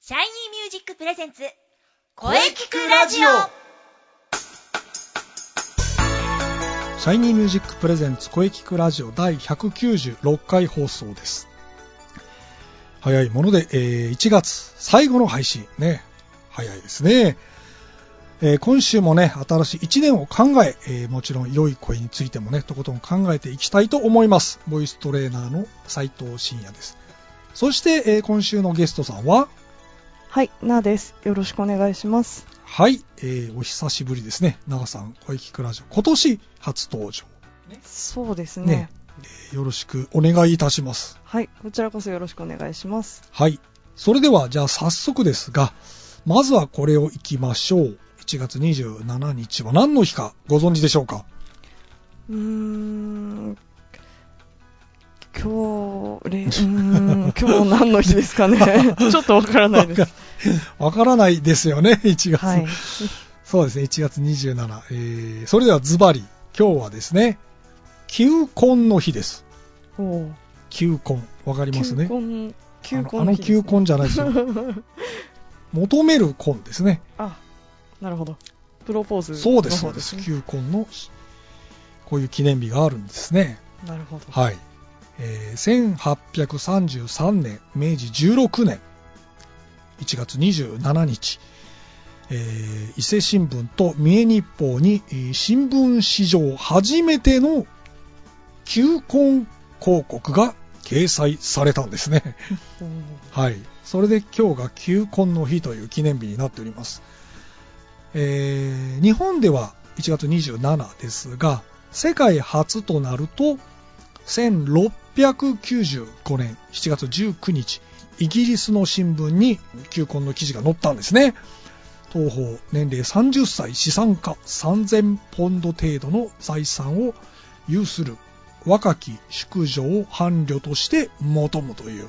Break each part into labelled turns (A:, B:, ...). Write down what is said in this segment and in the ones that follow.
A: シャイニーミュージックプレゼンツ
B: 声聞くラジオ
C: シャイニーミュージックプレゼンツ声聞くラジオ第196回放送です。早いもので、えー1月最後の配信ね。早いですね。えー今週もね、新しい1年を考ええーもちろん良い声についてもね、とことん考えていきたいと思います。ボイストレーナーの斉藤真也です。そして、えー今週のゲストさんは、
D: はい、なあです。よろしくお願いします。
C: はい、えーお久しぶりですね。長さん、声聞くラジオ、今年初登場。
D: そうですね。
C: ねえーよろしくお願いいたします。
D: はい、こちらこそよろしくお願いします。
C: はい。それでは、じゃあ早速ですが、まずはこれをいきましょう。1月27日は何の日かご存知でしょうか
D: うーん、今日、 れうーん、今日何の日です かね。ちょっとわからないです。
C: わからないですよね、1月。
D: はい。
C: そうですね、1月27。えー、それではズバリ、今日はですね、球根の日です。
D: おお。
C: 球根。わかりますね。
D: 根、球根
C: あのあの
D: 日
C: 球
D: ですね
C: 根じゃないですよ。求める根ですね。
D: あ、なるほど。プロポーズの方、
C: そうです、そうです。
D: ね
C: 球根の、こういう記念日があるんですね。
D: なるほど。
C: はい、えー1833年明治16年1月27日、えー伊勢新聞と三重日報にえー新聞史上初めての球根広告が掲載されたんですね。
D: おー
C: はい、それで今日が球根の日という記念日になっております、えー日本では1月27ですが世界初となると1695年7月19日イギリスの新聞に球根の記事が載ったんですね東方年齢30歳資産家3000ポンド程度の財産を有する若き淑女を伴侶として求むという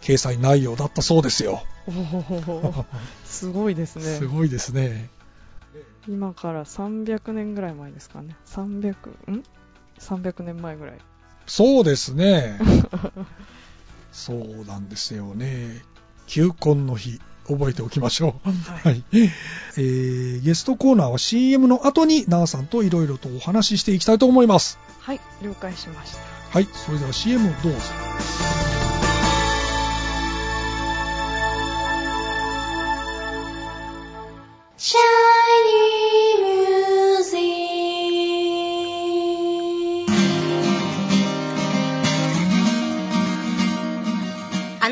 C: 掲載内容だったそうですよ。
D: お ーすごいですね。
C: すごいですね。
D: 今から300年ぐらい前ですかね300ん300年前ぐらい
C: そうですね。そうなんですよね。球根の日、覚えておきましょう。
D: は
C: はいい。えー、ゲストコーナーは CM の後に、なあさんといろいろとお話ししていきたいと思います。
D: はい了解しました
C: はい、それでは CM をどうぞ。
A: あ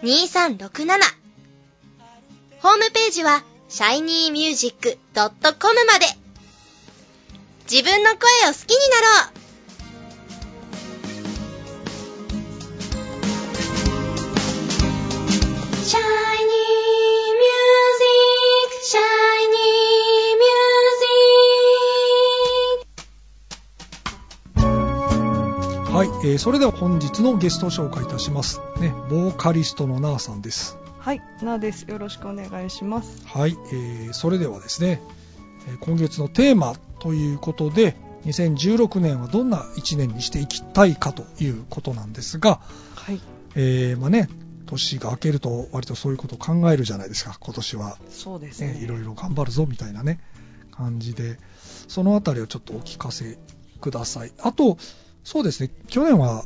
A: 2367ホームページは shinymusic.com まで自分の声を好きになろうシャイニーミュージック、シャイニーミュージック。
C: はい、えー、それでは本日のゲストを紹介いたします。ね、ボーカリストのなあさんです。
D: はいなあですよろしくお願いします
C: はい、えーそれではですね、えー今月のテーマということで、2016年はどんな1年にしていきたいかということなんですが、
D: はい
C: えーまあね、年が明けると割とそういうことを考えるじゃないですか、今年は、
D: そうですね
C: ね、いろいろ頑張るぞみたいなね、感じで、そのあたりをちょっとお聞かせください。あと、そうですね、去年は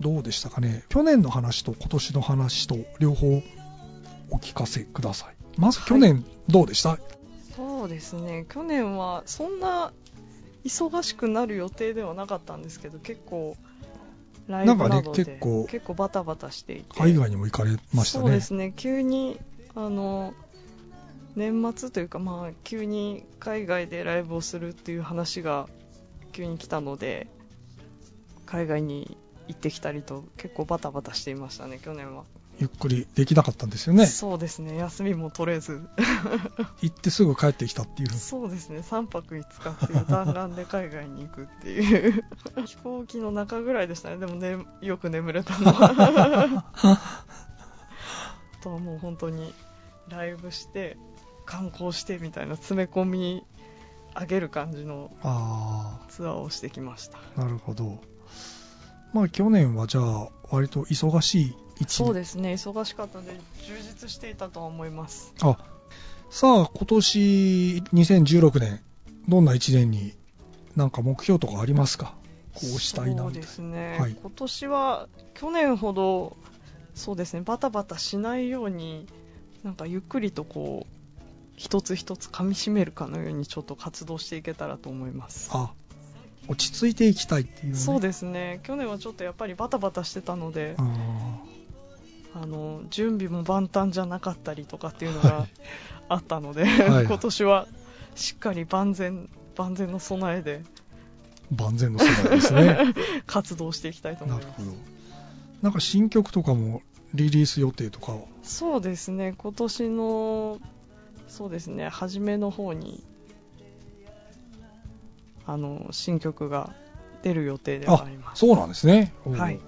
C: どうでしたかね、去年の話と今年の話と両方お聞かせください。まず去年どうでした、
D: そうですね去年はそんな忙しくなる予定ではなかったんですけど結構ライブな
C: なんか
D: どで
C: ね結構
D: 結構バタバタしていて
C: 海外にも行かれましたね。
D: そうですね急にあの年末というか、まあ、急に海外でライブをするっていう話が急に来たので海外に行ってきたりと結構バタバタしていましたね去年は
C: ゆっくりできなかったんですよね
D: そうですね休みも取れず
C: 行ってすぐ帰ってきたっていう
D: そうですね3泊5日っていう弾丸で海外に行くっていう 飛行機の中ぐらいでしたねでもねよく眠れた のはあとはもう本当にライブして観光してみたいな詰め込み上げる感じの
C: あ
D: ツアーをしてきました
C: あなるほどまあ去年はじゃあ割と忙しい一
D: そう
C: 年
D: ですね忙しかったので充実していたとは思います
C: あさあ今年2016年どんな1年になんか目標とかありますかこうしたいな
D: そう
C: みたい
D: で
C: な
D: すね、
C: はい
D: 今年は去年ほどそうですねバタバタしないようになんかゆっくりとこう一つ一つ噛みしめるかのようにちょっと活動していけたらと思います
C: あ落ち着いていきたいっていう、ね、
D: そうですね去年はちょっとやっぱりバタバタしてたので
C: あ
D: あの準備も万端じゃなかったりとかっていうの
C: は
D: が
C: い
D: あったので、
C: はい
D: 今年はしっかり万全万全の備えで
C: ー万全の世代ですね
D: 活動していきたいと思
C: ないる
D: ま
C: ほ
D: す
C: どなんか新曲とかもリリース予定とかは
D: そうですね今年のそうですね初めの方にあの新曲が出る予定ではあります
C: そうなんですね、おー
D: はい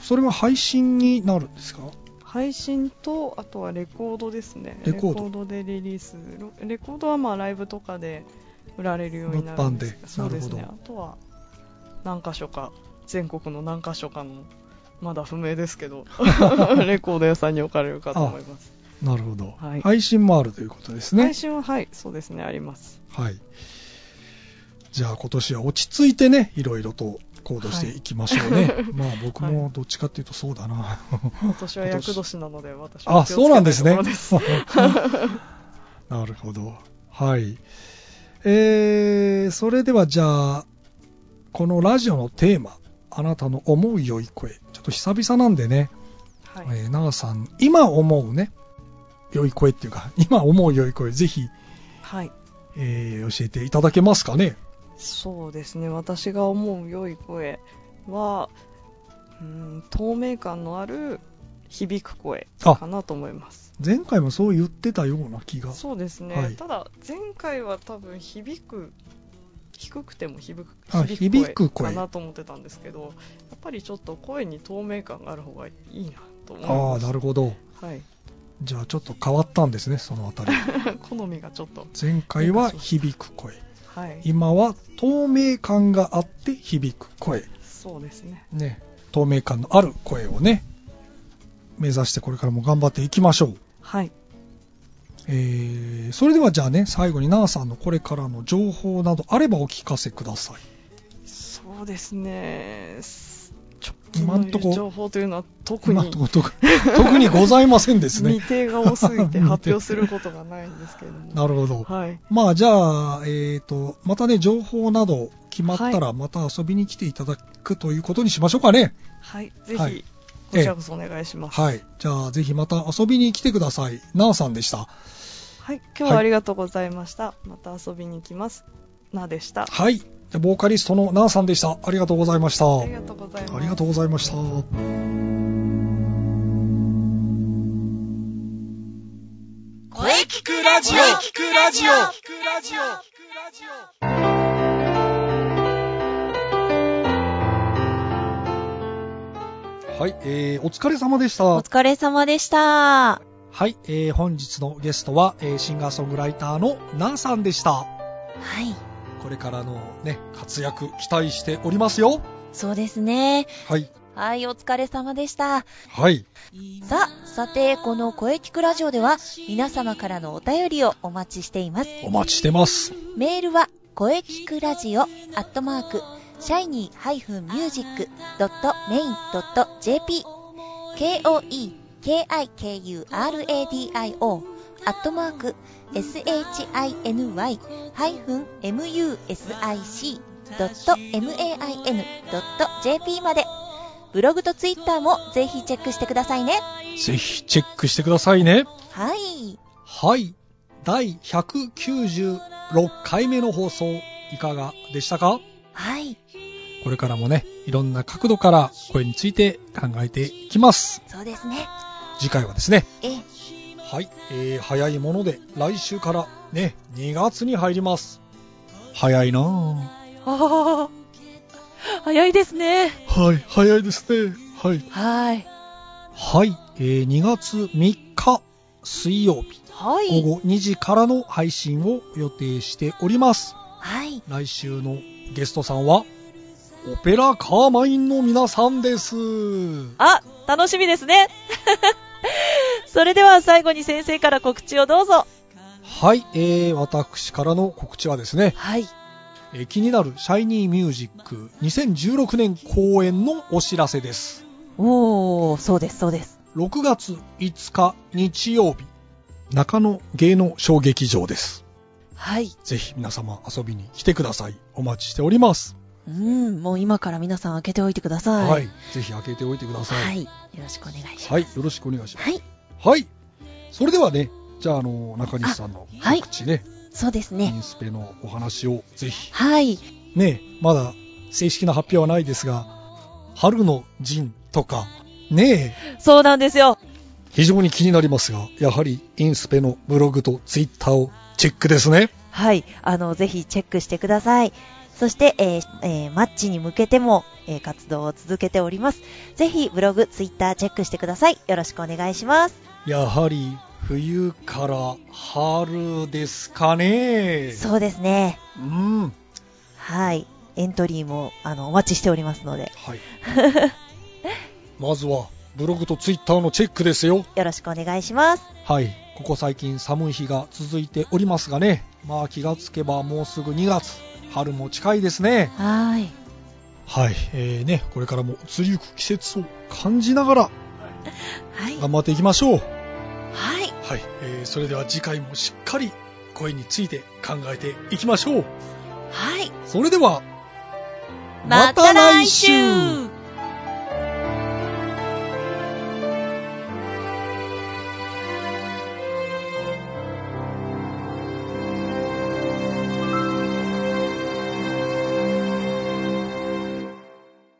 C: それは配信になるんですか
D: 配信とあとはレコードですね
C: レコード
D: でリリースロレコードはまあライブとかで売られるようになるんですけどそ
C: 物販
D: う
C: で
D: ですね
C: なる
D: あとは何箇所か全国の何箇所かのまだ不明です けどレコード屋さんに置かれるかと思います、
C: なるほど、
D: はい
C: 配信もあるということですね
D: 配信ははいそうですねあります
C: はいじゃあ今年は落ち着いてねいろいろと行動していきましょう ね、まあ僕もどっちかっていうとそうだな、
D: 今年は厄年なので私は
C: あ、
D: 気をつけ
C: そう
D: た
C: ないんです
D: と
C: ね
D: ころ。
C: なるほど。はい。えー、それではじゃあ、このラジオのテーマ、あなたの思う良い声。ちょっと久々なんでね、
D: はい、
C: えー、なさん、今思うね、良い声っていうか、 今思う良い声、ぜひ、
D: はい
C: えー、教えていただけますかね。
D: そうですね私が思う良い声はうん透明感のある響く声
C: あ
D: かなと思います
C: 前回もそう言ってたような気が。
D: そうですね、
C: はい
D: ただ前回は多分響く低くても響く
C: あ響く声
D: かなと思ってたんですけどやっぱりちょっと声に透明感がある方がいいなと思い
C: あ
D: ま
C: あ、
D: す
C: なるほど。
D: はい、
C: じゃあちょっと変わったんですね、そのあたり。
D: 好みがちょっと
C: 前回は響く声。
D: はい
C: 今は透明感があって響く声、
D: そうですね
C: ね、透明感のある声をね目指してこれからも頑張っていきましょう、
D: はい
C: えー、それではじゃあね最後に奈々さんのこれからの情報などあればお聞かせください
D: そうですねす直
C: 今ん
D: 近
C: とこ
D: の情報というのは特に
C: まあと特特にございませんですね
D: 未定が多すぎて発表することがないんですけれど も。
C: なるほど
D: はい。
C: まあじゃあ、えー、とまたね情報など決まったらまた遊びに来ていただくということにしましょうかね
D: はい。ぜ
C: はい
D: ひ、こちらこそお願いします。
C: はいじゃあぜひまた遊びに来てください奈々さんでした
D: はい。今日はありがとうございました。また遊びに来ます。なでした。あ
C: はい。ボーカリストのナーさんでした。ありがとうございました。あ
D: りがとうございます。
C: りがとうございました。
B: 声聞くラジオ声聞くラジオ
C: はい、えー、お疲れ様でした。
A: お疲れ様でした。
C: はい、えー、本日のゲストは、えー、シンガーソングライターのナーさんでした。
A: はい。
C: これからのね、活躍期待しておりますよ。
A: そうですね。
C: はい。
A: はい、お疲れ様でした。
C: はい。
A: さあ、さて、この声聞くラジオでは、皆様からのお便りをお待ちしています。
C: お待ちしてます。
A: メールは、声聞くラジオ、アットマーク、シャイニー -music.main.jp、k-o-e-k-i-k-u-r-a-d-i-o、アットマーク、shiny-music.main.jp まで、ブログとツイッターもぜひチェックしてくださいね。
C: ぜひチェックしてくださいね。
A: はい。
C: はい。第196回目の放送、いかがでしたか
A: はい。
C: これからもね、いろんな角度から声について考えていきます。
A: そうですね。
C: 次回はですね、
A: ええ
C: はい、えー早いもので来週からね、2月に入ります。早いなぁ。
E: ああ、早いですね。
C: はい、早いですね。はい。
E: はい。
C: はい、えー2月3日水曜日
E: は
C: 午
E: い。
C: 後2時からの配信を予定しております。
A: はい。
C: 来週のゲストさんは、オペラカーマインの皆さんです。
E: あ、楽しみですね。それでは最後に先生から告知をどうぞ。
C: はい、えー、私からの告知はですね、
E: はい。
C: えー気になるシャイニーミュージック2016年公演のお知らせです。
E: おー、そうです、そうです。
C: 6月5日日曜日、中野芸能小劇場です。
E: はい。
C: ぜひ皆様遊びに来てください。お待ちしております。
E: うん、もう今から皆さん開けておいてください。
C: はい。。ぜひ開けておいてください。
E: はい。よろしくお願いします。
C: はい。よろしくお願いします。
A: はい。
C: はい。それではね、じゃあ、あの、中西さんの
E: はい
C: 告知ね、
E: そうです
C: イ
E: ね。
C: ンスペのお話をぜひ。
E: はい。
C: ね、まだ正式な発表はないですが、春の陣とか、ねえ、
E: そうなんですよ。
C: 非常に気になりますが、やはりインスペのブログとツイッターをチェックですね。
E: はい。あの、ぜひチェックしてください。そして、えーえーマッチに向けても、えー活動を続けております。ぜひ、ブログ、ツイッターチェックしてください。よろしくお願いします。
C: やはり冬から春ですかね。
E: そうですね。
C: うん。は
E: はい。エントリーも、あの、お待ちしておりますので、
C: い。まずはブログとツイッターのチェックですよ。
E: よろしくお願いします。
C: はい。ここ最近寒い日が続いておりますがね。まあ気がつけばもうすぐ2月。春も近いですね。
E: はい。
C: はい。えー、ね、これからも移りゆく季節を感じながら
E: はい。
C: 頑張っていきましょう。
E: はい。
C: はい。えー、それでは次回もしっかり声について考えていきましょう。
E: はい。
C: それでは、
E: また来週